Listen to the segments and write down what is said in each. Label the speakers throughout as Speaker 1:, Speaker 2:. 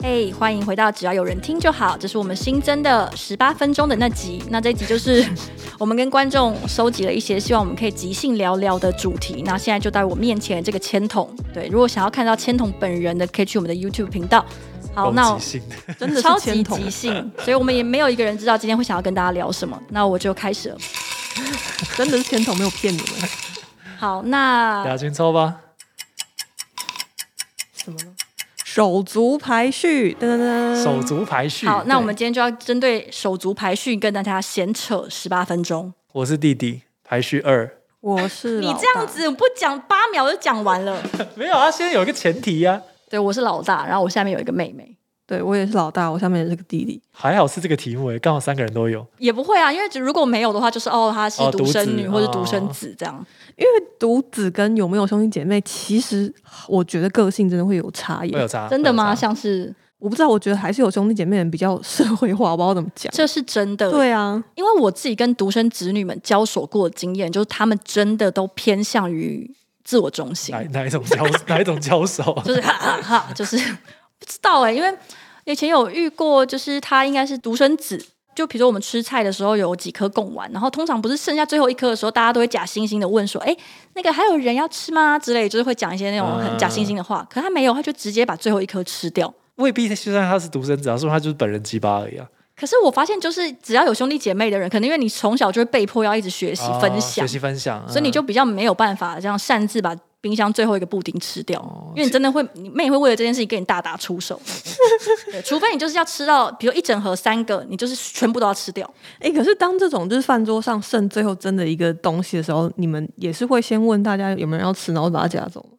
Speaker 1: 嘿、欢迎回到只要有人听就好，这是我们新增的十八分钟的那集。那这集就是 我们跟观众收集了一些希望我们可以即兴聊聊的主题。那现在就在我面前这个千筒，对，如果想要看到千筒本人的，可以去我们的 YouTube 频道。好，
Speaker 2: 够
Speaker 1: 那
Speaker 2: 即兴的，
Speaker 3: 真的是
Speaker 1: 超级
Speaker 3: 签筒啊
Speaker 1: 即兴，所以我们也没有一个人知道今天会想要跟大家聊什么。那我就开始了。
Speaker 3: 真的是千筒没有骗你们。
Speaker 1: 好，那
Speaker 2: 亚军抽吧。
Speaker 3: 什么呢？手足排序，噔噔噔，
Speaker 2: 手足排序。
Speaker 1: 嗯好，那我们今天就要针对手足排序跟大家闲扯十八分钟。
Speaker 2: 我是弟弟，排序二。
Speaker 3: 我是
Speaker 1: 你
Speaker 3: 老大
Speaker 1: 这样，子不讲八秒就讲完了。
Speaker 2: 没有啊，现在有一个前提呀、
Speaker 1: 对，我是老大，然后我下面有一个妹妹，
Speaker 3: 对我也是老大，我下面也是个弟弟。
Speaker 2: 还好是这个题目欸诶，刚好三个人都有。
Speaker 1: 也不会啊，因为只如果没有的话，就是哦，她是
Speaker 2: 哦
Speaker 1: 独生女
Speaker 2: 独子
Speaker 1: 或者独生子这样。
Speaker 3: 因为独子跟有没有兄弟姐妹，其实我觉得个性真的会有差
Speaker 2: 会有
Speaker 3: 异。
Speaker 2: 差？
Speaker 1: 真的吗？
Speaker 2: 啊会有差
Speaker 1: 像是
Speaker 3: 我不知道，我觉得还是有兄弟姐妹人比较社会化，我不知道怎么讲。
Speaker 1: 这是真的，，
Speaker 3: 对啊，
Speaker 1: 因为我自己跟独生子女们交手过的经验，就是他们真的都偏向于自我中心
Speaker 2: 哪，哪一种交 哪一种交手啊？
Speaker 1: 就是哈哈哈，就是不知道哎、因为以前有遇过，就是他应该是独生子。就比如说我们吃菜的时候有几颗贡丸，然后通常不是剩下最后一颗的时候，大家都会假惺惺的问说：“哎，那个还有人要吃吗？”之类，就是会讲一些那种很假惺惺的
Speaker 2: 啊
Speaker 1: 话。可他没有，他就直接把最后一颗吃掉。
Speaker 2: 未必，就算他是独生子啊，说他就是本人鸡巴而已啊。
Speaker 1: 可是我发现，就是只要有兄弟姐妹的人，可能因为你从小就会被迫要一直学习
Speaker 2: 哦
Speaker 1: 分享，
Speaker 2: 学习分享，
Speaker 1: 所以你
Speaker 2: 嗯
Speaker 1: 就比较没有办法这样擅自把冰箱最后一个布丁吃掉，
Speaker 2: 哦
Speaker 1: 因为你真的会，你妹会为了这件事情跟你大打出手。 对，除非你就是要吃到，比如一整盒三个，你就是全部都要吃掉。
Speaker 3: 哎、可是当这种就是饭桌上剩最后真的一个东西的时候，你们也是会先问大家有没有人要吃，然后把它夹走吗。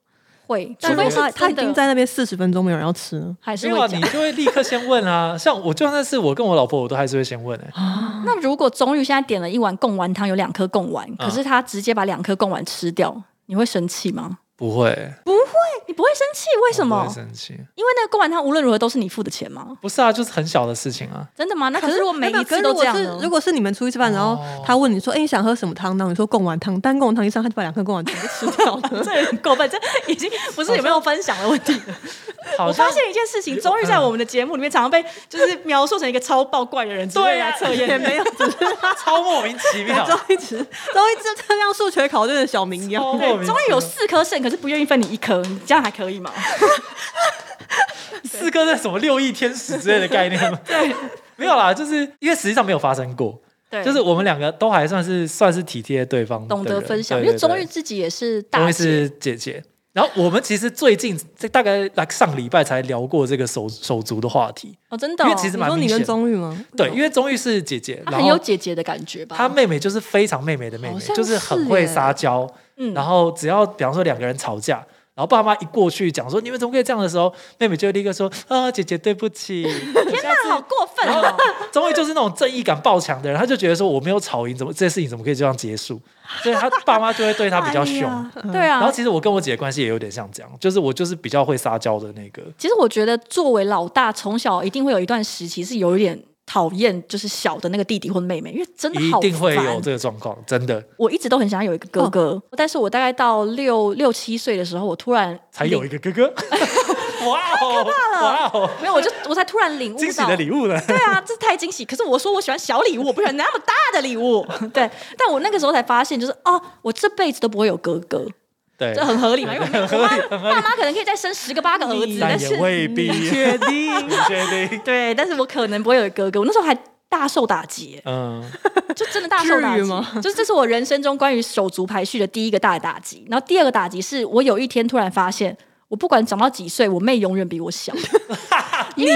Speaker 1: 会，除
Speaker 3: 但如
Speaker 1: 非
Speaker 3: 果
Speaker 1: 是
Speaker 3: 他他已
Speaker 1: 真的
Speaker 3: 经在那边四十分钟没有人要吃呢，
Speaker 1: 还是
Speaker 2: 没有啊，
Speaker 1: 会
Speaker 2: 你
Speaker 1: 讲。
Speaker 2: 就会立刻先问啊。像我就算是我跟我老婆，我都还是会先问 哎、
Speaker 1: 那如果钟玉现在点了一碗贡丸汤，有两颗贡丸，可是他直接把两颗贡丸吃掉，你会生气吗？
Speaker 2: 不会，
Speaker 1: 哎你不会生气，为什
Speaker 2: 我
Speaker 1: 么
Speaker 2: 不会？生气？
Speaker 1: 因为那个贡丸汤无论如何都是你付的钱吗？
Speaker 2: 不是啊，就是很小的事情啊。
Speaker 1: 真的吗？那可
Speaker 3: 可
Speaker 1: 是如果每一次
Speaker 3: 如
Speaker 1: 都这
Speaker 3: 果
Speaker 1: 样
Speaker 3: 是
Speaker 1: 呢？
Speaker 3: 如果是你们出去吃饭，然后
Speaker 2: 哦
Speaker 3: 他问你说：“哎、你想喝什么汤？”然后你说贡丸汤，但贡丸汤一上，他就把两颗贡丸汤给吃掉 了。
Speaker 1: 这很过分，这已经不是有没有分享的问题。
Speaker 2: 好
Speaker 1: 我
Speaker 2: 像嗯
Speaker 1: 发现一件事情，终于在我们的节目里面，常常被就是描述成一个超爆怪的人，只为
Speaker 2: 对啊
Speaker 1: 来测
Speaker 3: 也
Speaker 1: 验。
Speaker 3: 没有，只是，
Speaker 2: 超莫名其 妙
Speaker 3: 周一直周一直就像数学考卷的小明一样。
Speaker 2: 超莫名
Speaker 1: 对，
Speaker 2: 其
Speaker 1: 终
Speaker 2: 妙
Speaker 1: 于有四颗肾，可是不愿意分你一颗，你这样还可以吗？
Speaker 2: 四个那什么六亿天使之类的概念 吗？对，没有啦，就是因为实际上没有发生过，
Speaker 1: 对
Speaker 2: 就是我们两个都还算是算是体贴对方的
Speaker 1: 懂
Speaker 2: 人，
Speaker 1: 得分享，
Speaker 2: 对
Speaker 1: 因
Speaker 2: 对
Speaker 1: 为钟玉
Speaker 2: 对
Speaker 1: 自己也是
Speaker 2: 钟
Speaker 1: 大姐，
Speaker 2: 玉是姐姐。然后我们其实最近这大概来上礼拜才聊过这个手手足的话题，
Speaker 1: 哦，真的哦，
Speaker 2: 因为其实
Speaker 3: 你
Speaker 2: 蛮
Speaker 3: 说你
Speaker 2: 明显
Speaker 3: 跟
Speaker 2: 的。
Speaker 3: 钟玉吗？
Speaker 2: 对，因为钟玉是姐姐，
Speaker 1: 嗯她
Speaker 2: 然
Speaker 1: 很有
Speaker 2: 后
Speaker 1: 姐姐的感觉吧？
Speaker 2: 她妹妹就是非常妹妹的妹妹
Speaker 3: 好，像
Speaker 2: 就是
Speaker 3: 是
Speaker 2: 很会
Speaker 3: 耶
Speaker 2: 撒娇，
Speaker 1: 嗯
Speaker 2: 然后只要比方说两个人吵架，然后爸妈一过去讲说你们怎么可以这样的时候，妹妹就会立刻说啊姐姐对不起。
Speaker 1: 天哪，好过分
Speaker 2: 然后
Speaker 1: 哦！
Speaker 2: 终于就是那种正义感爆强的人，他就觉得说我没有吵赢，怎么这件事情怎么可以就这样结束？ 所以他爸妈就会对他比较凶。
Speaker 1: 哎呀对
Speaker 2: 嗯然
Speaker 1: 啊
Speaker 2: 后。其实我跟我姐的关系也有点像这样，就是我就是比较会撒娇的那个，
Speaker 1: 其实我觉得，作为老大，从小一定会有一段时期是有一点讨厌，就是小的那个弟弟或妹妹，因为真的
Speaker 2: 一
Speaker 1: 好
Speaker 2: 定会有
Speaker 1: 烦
Speaker 2: 这个状况，真的
Speaker 1: 我一直都很想要有一个哥哥，但是我大概到六六七岁的时候，我突然
Speaker 2: 才有一个哥哥。 哇哦，哇哦，
Speaker 1: 没有，我就我才突然领悟到
Speaker 2: 惊喜的礼物 呢？
Speaker 1: 对啊，这太惊喜。可是我说我喜欢小礼物，我不喜欢那么大的礼物。对，但我那个时候才发现，就是哦，我这辈子都不会有哥哥，
Speaker 2: 对
Speaker 1: 这，很合理嘛，因为我没有我妈爸妈可能可以再生十个八个儿子，
Speaker 3: 你
Speaker 1: 但
Speaker 2: 但
Speaker 1: 是
Speaker 2: 也未必
Speaker 3: 你确 定？
Speaker 2: 确定。
Speaker 1: 对，但是我可能不会有哥哥。我那时候还大受打击，
Speaker 2: 嗯，
Speaker 1: 就真的大受打
Speaker 3: 至于
Speaker 1: 击
Speaker 3: 吗。
Speaker 1: 就是这是我人生中关于手足排序的第一个大打击。然后第二个打击是我有一天突然发现，我不管长到几岁，我妹永远比我小。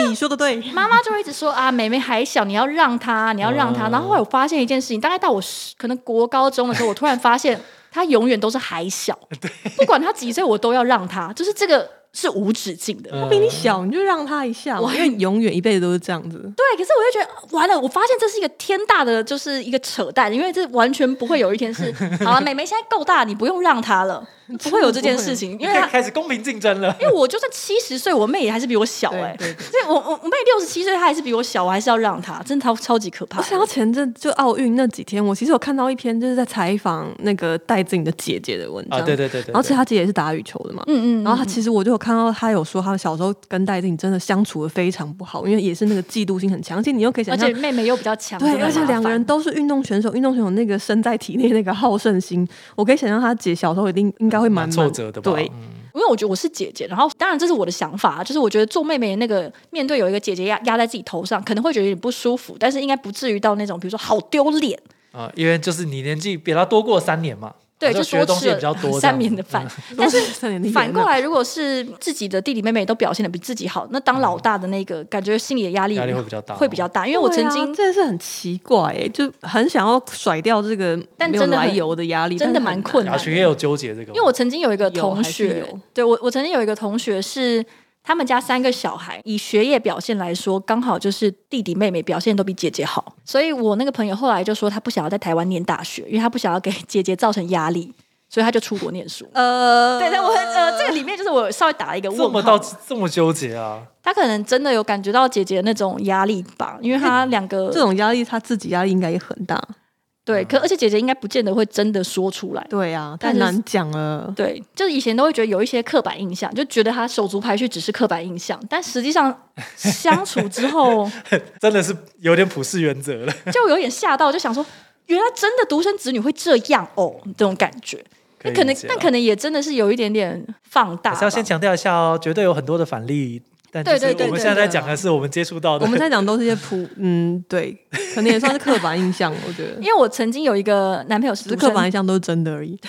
Speaker 3: 你说的对，
Speaker 1: 妈妈就会一直说啊，妹妹还小，你要让她，你要让她。
Speaker 2: 嗯
Speaker 1: 然后后来我发现一件事情，大概到我十可能国高中的时候，我突然发现她永远都是还 小，不管她几岁，我都要让她，就是这个是无止境的。
Speaker 3: 他比你小，你就让他一下嘛，因为永远一辈子都是这样子。
Speaker 1: 对，可是我就觉得完了，我发现这是一个天大的， 啊就是一个扯淡，因为这完全不会有一天是好了、妹妹现在够大，你不用让她了。不会有这件事情，因为
Speaker 2: 开
Speaker 1: 他
Speaker 2: 开始公平竞争了。
Speaker 1: 因为我就算七十岁，我妹也还是比我小哎、
Speaker 3: 对对对
Speaker 1: 所以我我我妹六十七岁，她还是比我小，我还是要让她，真的超超级可怕
Speaker 3: 我
Speaker 1: 的。
Speaker 3: 想到前阵就奥运那几天，我其实有看到一篇就是在采访那个戴志颖的姐姐的文章，
Speaker 2: 啊，对对对对，
Speaker 3: 然后其实
Speaker 2: 对
Speaker 3: 她姐姐也是打羽球的嘛，
Speaker 1: 嗯嗯，
Speaker 3: 然后她
Speaker 1: 嗯
Speaker 3: 其实我就有看到她有说，她小时候跟戴志颖真的相处的非常不好，因为也是那个嫉妒心很强，而且你又可以
Speaker 1: 而
Speaker 3: 想象
Speaker 1: 且。妹妹又比较强，
Speaker 3: 对，
Speaker 1: 就很
Speaker 3: 而且
Speaker 1: 麻
Speaker 3: 两个人
Speaker 1: 烦
Speaker 3: 都是运动选手，运动选手那个身在体内那个好胜心，我可以想象她姐小时候一定应该会蛮
Speaker 2: 蛮挫折的吧？
Speaker 3: 对，
Speaker 2: 嗯
Speaker 1: 因为我觉得我是姐姐，然后当然这是我的想法，就是我觉得做妹妹的那个面对有一个姐姐压压在自己头上，可能会觉得有点不舒服，但是应该不至于到那种比如说好丢脸，
Speaker 2: 啊，因为就是你年纪比他多过三年嘛，
Speaker 1: 对，
Speaker 2: 然后
Speaker 1: 就
Speaker 2: 学的
Speaker 1: 多
Speaker 2: 东西
Speaker 1: 吃
Speaker 2: 也
Speaker 1: 了
Speaker 2: 比较多，嗯
Speaker 1: 三年的饭。但 是
Speaker 3: 三年的眼
Speaker 1: 反过
Speaker 3: 泪
Speaker 1: 来，如果是自己的弟弟妹妹都表现的比自己好，那当老大的那个感觉心理的压力
Speaker 2: 嗯压力会比较大
Speaker 1: 会比较大。因为我
Speaker 3: 对
Speaker 1: 曾
Speaker 3: 啊
Speaker 1: 经
Speaker 3: 真的是很奇怪哎、就很想要甩掉这个
Speaker 1: 但
Speaker 3: 没有
Speaker 1: 真的
Speaker 3: 来
Speaker 1: 很
Speaker 3: 由的压力，
Speaker 1: 真的
Speaker 3: 但是
Speaker 1: 蛮
Speaker 3: 很难
Speaker 1: 困
Speaker 2: 这样。
Speaker 1: 难
Speaker 2: 雅
Speaker 1: 的
Speaker 2: 群也有纠结这个吗，
Speaker 1: 因为我曾经有一个
Speaker 3: 有
Speaker 1: 同
Speaker 3: 还是
Speaker 1: 学
Speaker 3: 有，
Speaker 1: 对我我曾经有一个同学是他们家三个小孩，以学业表现来说，刚好就是弟弟妹妹表现都比姐姐好，所以我那个朋友后来就说他不想要在台湾念大学，因为他不想要给姐姐造成压力，所以他就出国念书。
Speaker 3: 呃，
Speaker 1: 对，但我呃，这个里面就是我稍微打了一个
Speaker 2: 这
Speaker 1: 问
Speaker 2: 么到
Speaker 1: 号，
Speaker 2: 这么纠结啊，
Speaker 1: 他可能真的有感觉到姐姐那种压力吧，因为他两个
Speaker 3: 这种压力，他自己压力应该也很大。
Speaker 1: 对，可而且姐姐应该不见得会真的说出来，
Speaker 3: 对啊，
Speaker 1: 但
Speaker 3: 太
Speaker 1: 是
Speaker 3: 难讲了。
Speaker 1: 对，就是以前都会觉得有一些刻板印象，就觉得他手足排序只是刻板印象，但实际上相处之 后
Speaker 2: 真的是有点普世原则 了。
Speaker 1: 就有点吓到，就想说原来真的独生子女会这样哦，这种感觉。那可能，但可能也真的是有一点点放大
Speaker 2: 啊
Speaker 1: 吧。
Speaker 2: 还是要先强调一下哦，绝对有很多的反例。但就是
Speaker 1: 对对对
Speaker 2: 我们
Speaker 1: 对
Speaker 2: 现在在
Speaker 3: 对
Speaker 2: 讲的是我们接触到的
Speaker 3: 我，们在讲都是一些 普，嗯，对，可能也算是刻板印象，我觉得
Speaker 1: 因。为我曾经有一个男朋友是
Speaker 3: 只
Speaker 1: 独
Speaker 3: 是
Speaker 1: 生
Speaker 3: 刻板印象都是真的而已，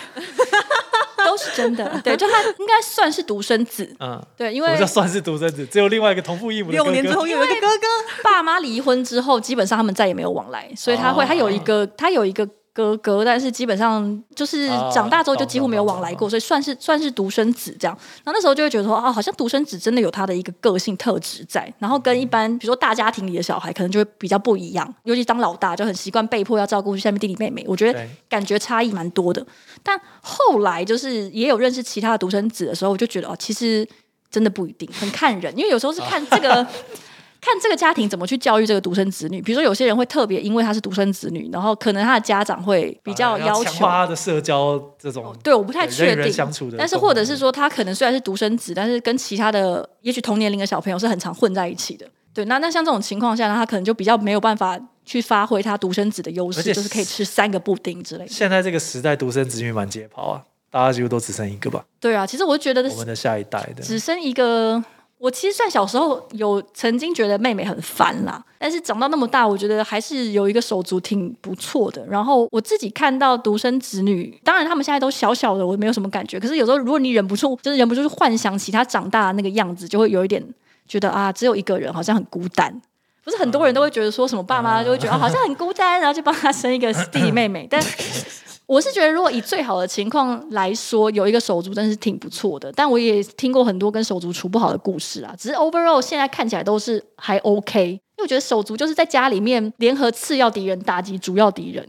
Speaker 1: 都是真的，对，就他应该算是独生子，
Speaker 2: 嗯，
Speaker 1: 对，因
Speaker 2: 我们
Speaker 1: 为
Speaker 2: 就算是独生子，只有另外一个同父异母的哥哥。
Speaker 3: 有一个哥哥，
Speaker 1: 爸妈离婚之后，基本上他们再也没有往来，所以他会，
Speaker 2: 哦
Speaker 1: 他有一个，他有一个哥哥，但是基本上就是
Speaker 2: 哦
Speaker 1: 长大之后就几乎没有往来
Speaker 2: 懂懂
Speaker 1: 过，所以算是算是独生子这样。然后那时候就会觉得说，哦，好像独生子真的有他的一个个性特质在，然后跟一般
Speaker 2: 嗯
Speaker 1: 比如说大家庭里的小孩可能就会比较不一样，尤其当老大就很习惯被迫要照顾下面弟弟妹妹，我觉得
Speaker 2: 对
Speaker 1: 感觉差异蛮多的。但后来就是也有认识其他的独生子的时候，我就觉得哦，其实真的不一定，很看人，因为有时候是看这 个。看这个家庭怎么去教育这个独生子女，比如说有些人会特别因为他是独生子女，然后可能他的家长会 比较
Speaker 2: 啊要
Speaker 1: 要
Speaker 2: 强
Speaker 1: 求，
Speaker 2: 化他的社交这种
Speaker 1: 对，我不太
Speaker 2: 对
Speaker 1: 确
Speaker 2: 人与人
Speaker 1: 定
Speaker 2: 相处的动力，
Speaker 1: 但是或者是说他可能虽然是独生子，但是跟其他的也许同年龄的小朋友是很常混在一起的。对，那那像这种情况下呢，他可能就比较没有办法去发挥他独生子的优势
Speaker 2: 而，且
Speaker 1: 就是可以吃三个布丁之类的。
Speaker 2: 现在这个时代，独生子女满街跑啊，大家几乎都只剩一个吧。
Speaker 1: 对啊，其实我觉得
Speaker 2: 我们的下一代的
Speaker 1: 只剩一个。我其实算小时候有曾经觉得妹妹很烦啦，但是长到那么大，我觉得还是有一个手足挺不错的。然后我自己看到独生子女，当然他们现在都小小的，我没有什么感觉。可是有时候如果你忍不住，就是忍不住去幻想起他长大的那个样子，就会有一点觉得啊，只有一个人好像很孤单。不是很多人都会觉得说什么爸
Speaker 2: 嗯
Speaker 1: 妈就会觉得、啊好像很孤单，然后就帮他生一 个弟弟妹妹，但我是觉得，如果以最好的情况来说，有一个手足真是挺不错的。但我也听过很多跟手足处不好的故事啊。只是 overall 现在看起来都是还 OK，因为我觉得手足就是在家里面联合次要敌人打击主要敌人，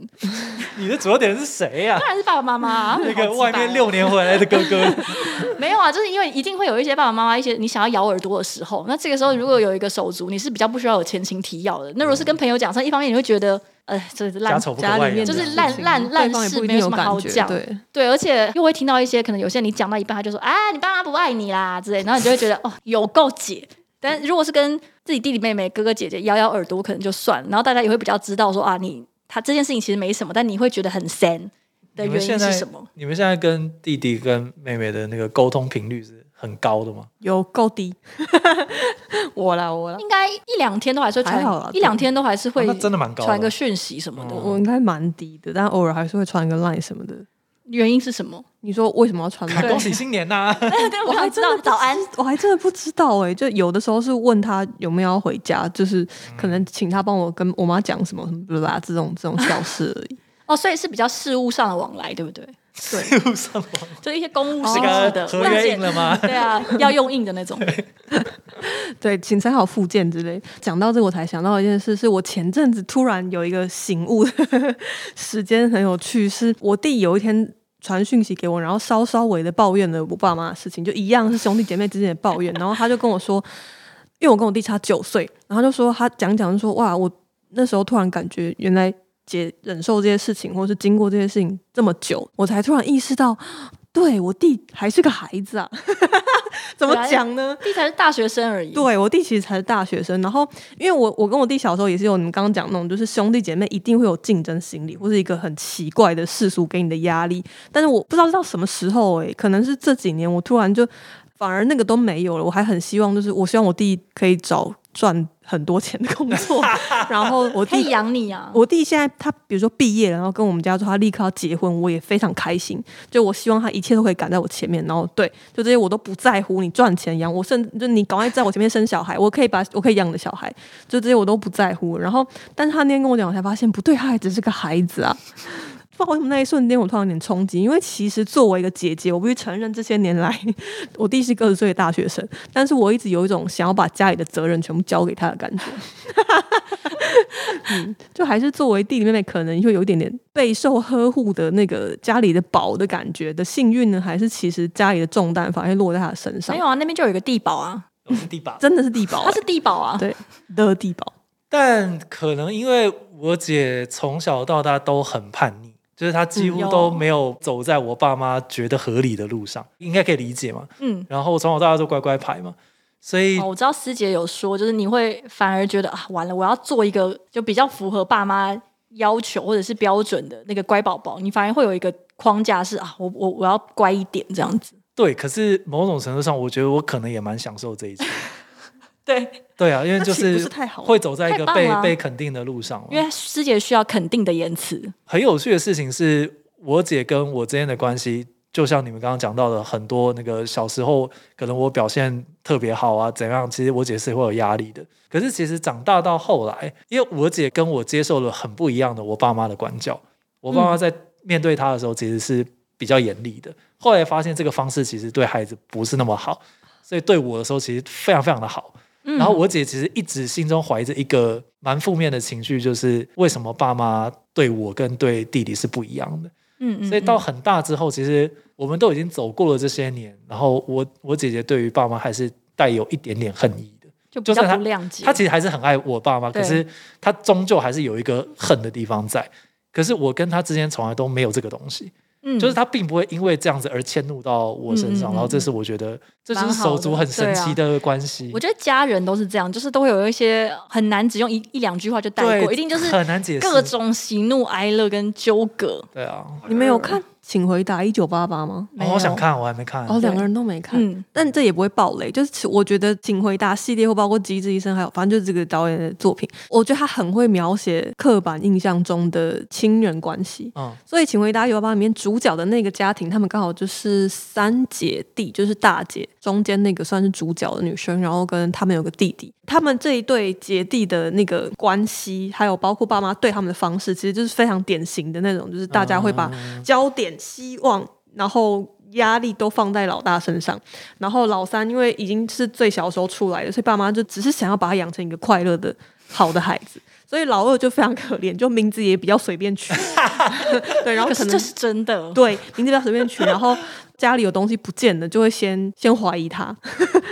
Speaker 2: 你的主要点是谁呀、
Speaker 1: 当然是爸爸妈妈、啊。
Speaker 2: 那
Speaker 1: 好
Speaker 2: 个
Speaker 1: 鸡
Speaker 2: 外
Speaker 1: 掰
Speaker 2: 面
Speaker 1: 哦
Speaker 2: 六年回来的哥哥，
Speaker 1: 没有啊，就是因为一定会有一些爸爸妈妈一些你想要咬耳朵的时候，那这个时候如果有一个手足，你是比较不需要有前情提要的。那如果是跟朋友讲，上一方面你会觉得，呃，这是烂
Speaker 2: 家丑不可
Speaker 3: 家
Speaker 2: 外
Speaker 3: 里
Speaker 2: 扬。
Speaker 3: 面的
Speaker 1: 就是
Speaker 3: 事情
Speaker 1: 烂烂烂
Speaker 3: 对方也
Speaker 1: 事
Speaker 3: 不一
Speaker 1: 没有
Speaker 3: 定有
Speaker 1: 什么
Speaker 3: 感
Speaker 1: 好
Speaker 3: 觉
Speaker 1: 讲
Speaker 3: 对，
Speaker 1: 对，而且又会听到一些可能有些你讲到一半，他就说啊，你爸妈不爱你啦之类，然后你就会觉得哦，有够解。但如果是跟自己弟弟妹妹、哥哥姐姐咬咬耳朵，可能就算了，然后大家也会比较知道说啊，你他这件事情其实没什么，但你会觉得很 sad 的
Speaker 2: 你
Speaker 1: 原
Speaker 2: 们
Speaker 1: 因
Speaker 2: 现在
Speaker 1: 是什么？？
Speaker 2: 你们现在跟弟弟跟妹妹的那个沟通频率是很高的吗？
Speaker 3: 有够低。 我啦，我啦，
Speaker 1: 应该一两天都还是会传
Speaker 3: 还好啦，
Speaker 1: 一两天都还是会
Speaker 2: 啊那真的蛮高的哦
Speaker 1: 传个讯息什
Speaker 2: 嗯
Speaker 1: 么的。
Speaker 3: 我应该蛮低的，但偶尔还是会传个 line 什么的。
Speaker 1: 原因是什么？
Speaker 3: 你说为什么要传 line？
Speaker 2: 恭喜新年啊呐、
Speaker 1: 对，我想知道早安。
Speaker 3: 我还真的不知道哎、就有的时候是问他有没有要回家，就是可能请他帮我跟我妈讲什么什么啦这种这种小事而已。
Speaker 1: 哦，所以是比较事务上的往来，对不对？
Speaker 3: 对，
Speaker 2: 路上网
Speaker 1: 就一些公务
Speaker 3: 哦
Speaker 1: 性质
Speaker 2: 那
Speaker 1: 的
Speaker 2: 个合约印了吗？
Speaker 1: 对啊，要用印的那 种。
Speaker 3: 对，请参考附件之类。讲到这，我才想到一件事，是我前阵 子突然有一个醒悟的时间很有趣，是我弟有一天。传讯息给我，然后稍稍微的抱怨了我爸妈的事情，就一样是兄弟姐妹之间的抱怨。然后他就跟我说，因为我跟我弟差九岁，然后他就说他讲讲就说哇，我那时候突然感觉原来姐忍受这些事情，或是经过这些事情这么久，我才突然意识到，对我弟还是个孩子啊， 怎么讲呢？
Speaker 1: 弟才是大学生而已。
Speaker 3: 对我弟其实才是大学生，然后因为我我跟我弟小时候也是有你们刚刚讲那种，就是兄弟姐妹一定会有竞争心理，或是一个很奇怪的世俗给你的压力。但是我不知道到什么时候、欸，诶，可能是这几年我突然就反而那个都没有了。我还很希望，就是我希望我弟可以找赚很多钱的工 作，然后我
Speaker 1: 可以
Speaker 3: 弟。
Speaker 1: 养你啊！
Speaker 3: 我弟现在他比如说毕业了，然后跟我们家说他立刻要结婚，我也非常开心。就我希望他一切都可以赶在我前面，然后对，就这些我都不在乎。你赚钱养我，甚至就你赶快在我前面生小孩，我可以把我可以养你的小孩，就这些我都不在乎。然后，但是他那天跟我讲，我才发现不对，他还只是个孩子啊。 不知道为什么那一瞬间我突然有点冲击，因为其实作为一个姐姐，我必须承认这些年来我弟是个二十岁的大学生，但是我一直有一种想要把家里的责任全部交给他的感觉。 嗯，就还是作为弟弟妹妹，可能会有一点点备受呵护的那个家里的宝的感觉的幸运呢，还是其实家里的重担反而会落在他的身上
Speaker 1: 没？有啊，那边就有一个地堡啊，
Speaker 2: 我是第八。
Speaker 3: 真的是地宝、
Speaker 1: 它是地堡啊。
Speaker 3: 对的地宝，
Speaker 2: 但可能因为我姐从小到大都很叛逆，就是她几乎
Speaker 1: 嗯有
Speaker 2: 都没有走在我爸妈觉得合理的路上，应该可以理解嘛。
Speaker 1: 嗯，
Speaker 2: 然后我从小到大都乖乖牌嘛，所以
Speaker 1: 哦，我知道师姐有说，就是你会反而觉得啊，完了，我要做一个就比较符合爸妈要求或者是标准的那个乖宝宝，你反而会有一个框架是啊，我我我要乖一点这样子。
Speaker 2: 对。可是某种程度上，我觉得我可能也蛮享受这一切。
Speaker 1: 对，
Speaker 2: 对啊，因为
Speaker 3: 那
Speaker 2: 就
Speaker 3: 岂不
Speaker 2: 是
Speaker 3: 是太好了
Speaker 2: 会走在一
Speaker 1: 太
Speaker 2: 个
Speaker 1: 棒
Speaker 2: 被
Speaker 1: 了啊
Speaker 2: 被肯定的路上嘛。
Speaker 1: 哦因为师姐需要肯定的言辞，
Speaker 2: 很有趣的事情是，我姐跟我之间的关系，就像你们刚刚讲到的，很多那个小时候可能我表现特别好啊，怎样，其实我姐是会有压力的。可是其实长大到后来，因为我姐跟我接受了很不一样的我爸妈的管教，我爸妈在面对她的时候其实是比较严厉的。后来发现这个方式其实对孩子不是那么好，所以对我的时候其实非常非常的好。
Speaker 1: 嗯
Speaker 2: 然后我姐其实一直心中怀着一个蛮负面的情绪，就是为什么爸妈对我跟对弟弟是不一样的。
Speaker 1: 嗯嗯，
Speaker 2: 所以到
Speaker 1: 嗯
Speaker 2: 很大之后，其实我们都已经走过了这些年，然后我我姐姐对于爸妈还是带有一点点恨意的。
Speaker 1: 就比
Speaker 2: 就
Speaker 1: 较
Speaker 2: 算
Speaker 1: 不谅解。
Speaker 2: 她其实还是很爱我爸妈，
Speaker 1: 对
Speaker 2: 可是她终究还是有一个恨的地方在。可是我跟她之间从来都没有这个东西，
Speaker 1: 嗯
Speaker 2: 就是她并不会因为这样子而迁怒到我身
Speaker 1: 嗯
Speaker 2: 上。
Speaker 1: 嗯嗯
Speaker 2: 然后这是我觉得这就
Speaker 1: 蛮
Speaker 2: 是
Speaker 1: 好
Speaker 2: 手
Speaker 1: 的
Speaker 2: 足很神
Speaker 1: 对啊
Speaker 2: 奇的关系。
Speaker 1: 我觉得家人都是这样，就是都会有一些很难只用一一两句话就带过，
Speaker 2: 对
Speaker 1: 一定就是
Speaker 2: 很难解释
Speaker 1: 各种喜怒哀乐跟纠葛。
Speaker 2: 对啊，
Speaker 3: 你们有看《请回答一九八八》吗？
Speaker 1: 没
Speaker 2: 哦
Speaker 1: 有
Speaker 2: 我想，看，我还没看。
Speaker 3: 哦，两个人都没看。
Speaker 1: 嗯，
Speaker 3: 但这也不会爆雷，就是其我觉得《请回答》系列，或包括《机智医生》，还有反正就是这个导演的作品，我觉得他很会描写刻板印象中的亲人关系。
Speaker 2: 嗯，
Speaker 3: 所以《请回答一九八》里面主角的那个家庭，他们刚好就是三姐弟，就是大姐中间那个算是主角的女生，然后跟他们有个弟弟。他们这一对姐弟的那个关系，还有包括爸妈对他们的方式，其实就是非常典型的那种，就是大家会把焦点、希望，然后。压力都放在老大身上，然后老三因为已经是最小的时候出来的，所以爸妈就只是想要把他养成一个快乐的好的孩子，所以老二就非常可怜，就名字也比较随便 取，对，然后
Speaker 1: 可
Speaker 3: 可
Speaker 1: 是
Speaker 3: 能
Speaker 1: 这是真的，
Speaker 3: 对名字比较随便取，然后家里有东西不见了，就会先先怀疑他，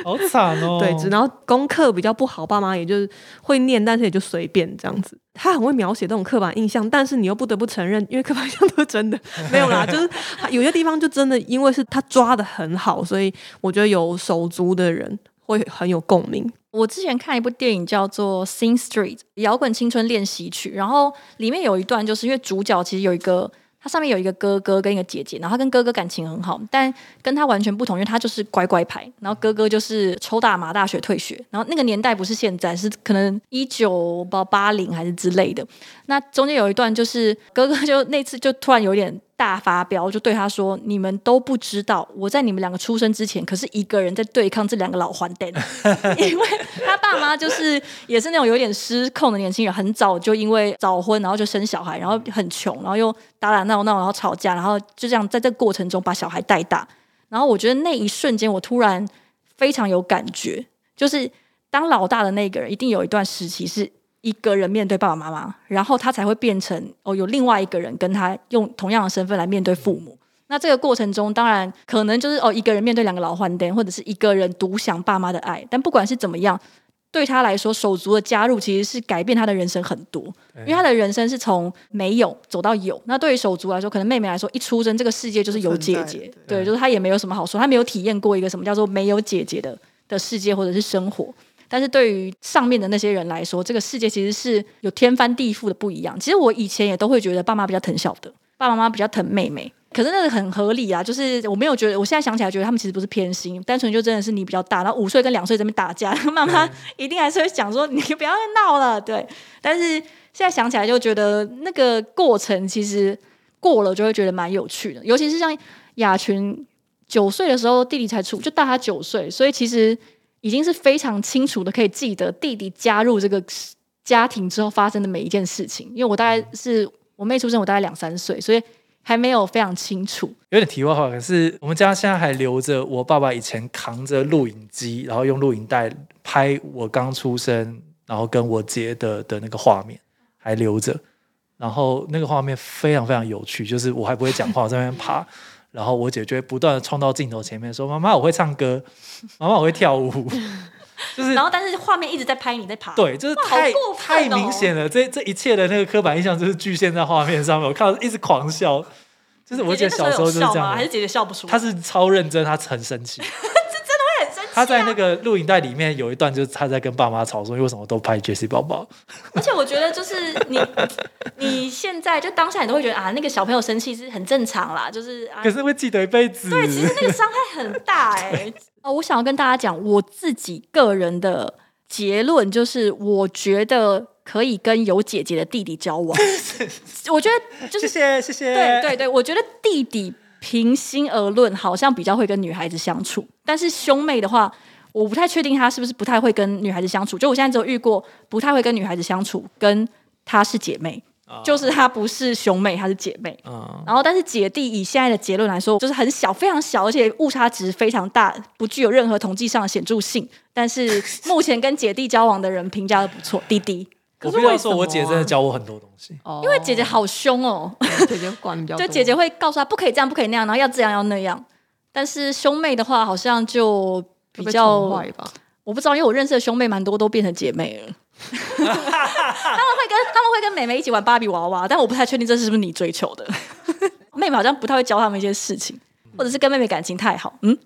Speaker 2: 好惨哦。
Speaker 3: 对，只然后功课比较不好，爸妈也就是会念，但是也就随便这样子。他很会描写这种刻板印象，但是你又不得不承认，因为刻板印象都是真的，没有啦， 就是他有些地方就真的因为是他抓的很好，所以我觉得有手足的人会很有共鸣。
Speaker 1: 我之前看一部电影叫做《Sing Street》摇滚青春练习曲，然后里面有一段，就是因为主角其实有一个，他上面有一个哥哥跟一个姐姐，然后他跟哥哥感情很好，但跟他完全不同，因为他就是乖乖牌，然后哥哥就是抽大麻大学退学，然后那个年代不是现在，是可能一九八八零还是之类的。那中间有一段就是哥哥就那次就突然有点。大发飙就对他说：“你们都不知道，我在你们两个出生之前，可是一个人在对抗这两个老黄蛋。” 因为他爸妈就是也是那种有点失控的年轻人，很早就因为早婚，然后就生小孩，然后很穷，然后又打打闹闹，然后吵架，然后就这样在这个过程中把小孩带大。然后我觉得那一瞬间，我突然非常有感觉，就是当老大的那个人，一定有一段时期是一个人面对爸爸妈妈，然后他才会变成哦，有另外一个人跟他用同样的身份来面对父母。
Speaker 4: 那这个过程中，当然可能就是哦，一个人面对两个老欢灯，或者是一个人独享爸妈的爱。但不管是怎么样，对他来说，手足的加入其实是改变他的人生很多，因为他的人生是从没有走到有。那对于手足来说，可能妹妹来说，一出生这个世界就是有姐姐
Speaker 1: 存，
Speaker 2: 对
Speaker 4: 对，就是她也没有什么好说，她没有体验过一个什么叫做没有姐姐的的世界或者是生活。但是对于上面的那些人来说，这个世界其实是有天翻地覆的不一样。其实我以前也都会觉得爸妈比较疼小的，爸爸妈妈比较疼妹妹。可是那个很合理啊，就是我没有觉得，我现在想起来觉得他们其实不是偏心，单纯就真的是你比较大，然后五岁跟两岁这边打架， 妈妈一定还是会讲说 你不要再闹了，对。但是现在想起来就觉得那个过程其实过了就会觉得蛮有趣的，尤其是像雅群九岁的时候，弟弟才出，就大他九岁，所以其实已经是非常清楚的可以记得弟弟加入这个家庭之后发生的每一件事情。因为我大概是我妹出生，我大概两三岁，所以还没有非常清楚。
Speaker 2: 有点题外话，可是我们家现在还留着我爸爸以前扛着录影机，然后用录影带拍我刚出生，然后跟我姐的的那个画面还留着。然后那个画面非常非常有趣，就是我还不会讲话，我在那边爬，然后我姐就会不断的冲到镜头前面说：“妈妈，我会唱歌，妈妈，我会跳舞。” 就是
Speaker 4: 然后，但是画面一直在拍你在爬，
Speaker 2: 对，就是
Speaker 4: 哇好
Speaker 2: 太、
Speaker 4: 过分
Speaker 2: 太
Speaker 4: 哦
Speaker 2: 明显了，这这一切的那个刻板印象就是局限在画面上面。我看到一直狂笑，就是我姐小时候就是这样的，
Speaker 4: 姐姐笑不出
Speaker 2: 她是超认真，她很生气，她在那个录影带里面有一段就是她在跟爸妈吵说，为什么都拍 Jessie 宝宝？
Speaker 4: 而且我觉得就是 你你现在就当下你都会觉得啊，那个小朋友生气是很正常啦，就是啊
Speaker 2: 可是会记得一辈子。
Speaker 4: 对，其实那个伤害很大哎、 哦，我想要跟大家讲我自己个人的结论，就是我觉得可以跟有姐姐的弟弟交 往。我觉得就
Speaker 2: 谢
Speaker 4: 是
Speaker 2: 谢谢谢，
Speaker 4: 对对对，我觉得弟弟平心而论，好像比较会跟女孩子相处，但是兄妹的话，我不太确定他是不是不太会跟女孩子相处。就我现在只有遇过不太会跟女孩子相处，跟她是姐妹，就是她不是兄妹，她是姐妹。
Speaker 2: 嗯，
Speaker 4: 然后，但是姐弟以现在的结论来说，就是很小，非常小，而且误差值非常大，不具有任何统计上的显著性。但是目前跟姐弟交往的人评价都不错，弟弟，
Speaker 2: 我
Speaker 3: 可
Speaker 2: 必
Speaker 3: 是
Speaker 2: 须要
Speaker 3: 为
Speaker 2: 说，
Speaker 3: 什
Speaker 2: 我
Speaker 3: 么
Speaker 2: 姐真的
Speaker 3: 啊
Speaker 2: 教我很多东西。
Speaker 4: 因为姐姐好凶哦。
Speaker 3: 哦姐姐管比较多，
Speaker 4: 就姐姐会告诉他不可以这样，不可以那样，然后要这样要那样。但是兄妹的话，好像就比
Speaker 3: 会被
Speaker 4: 较
Speaker 3: 宠坏吧。
Speaker 4: 我不知道，因为我认识的兄妹蛮多都变成姐妹了。他们会跟他们会跟妹妹一起玩芭比娃娃，但我不太确定这是不是你追求的。 妹妹好像不太会教他们一些事情，或者是跟妹妹感情太好。嗯，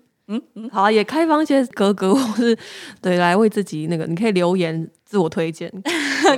Speaker 3: 好、啊，也开放一些格格或是对来为自己那个，你可以留言自我推 荐，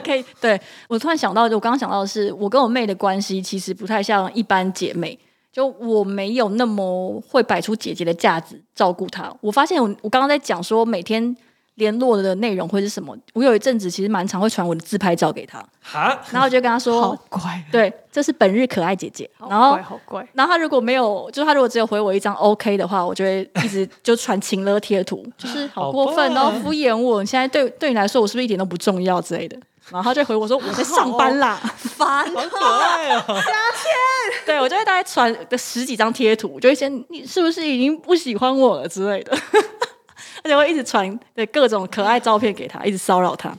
Speaker 4: 可以。对我突然想到，我刚刚想到的是，我跟我妹的关系其实不太像一般姐妹。就我没有那么会摆出姐姐的架子照顾她。我发现我我刚刚在讲说每天联络的内容会是什么，我有一阵子其实蛮常会传我的自拍照给她，
Speaker 2: 哈，
Speaker 4: 然后我就跟她
Speaker 3: 好
Speaker 4: 说，
Speaker 3: 乖，
Speaker 4: 对，这是本日可爱姐姐。然
Speaker 3: 好
Speaker 4: 后
Speaker 3: 乖，好哦乖，
Speaker 4: 然后他如果没有，就是他如果只有回我一张 OK 的话，我就会一直就传情勒贴 图，就是好过分，
Speaker 2: 好棒
Speaker 4: 然后敷衍我。现在对对你来说，我是不是一点都不重要之类的？然后他就回我说我在上班啦，哦烦。
Speaker 2: 好可爱哦！
Speaker 4: 对我就会大概传个十几张贴图，我就会先你是不是已经不喜 欢我了之类的，而且会一直传对各种可爱照片给他，一直骚扰他。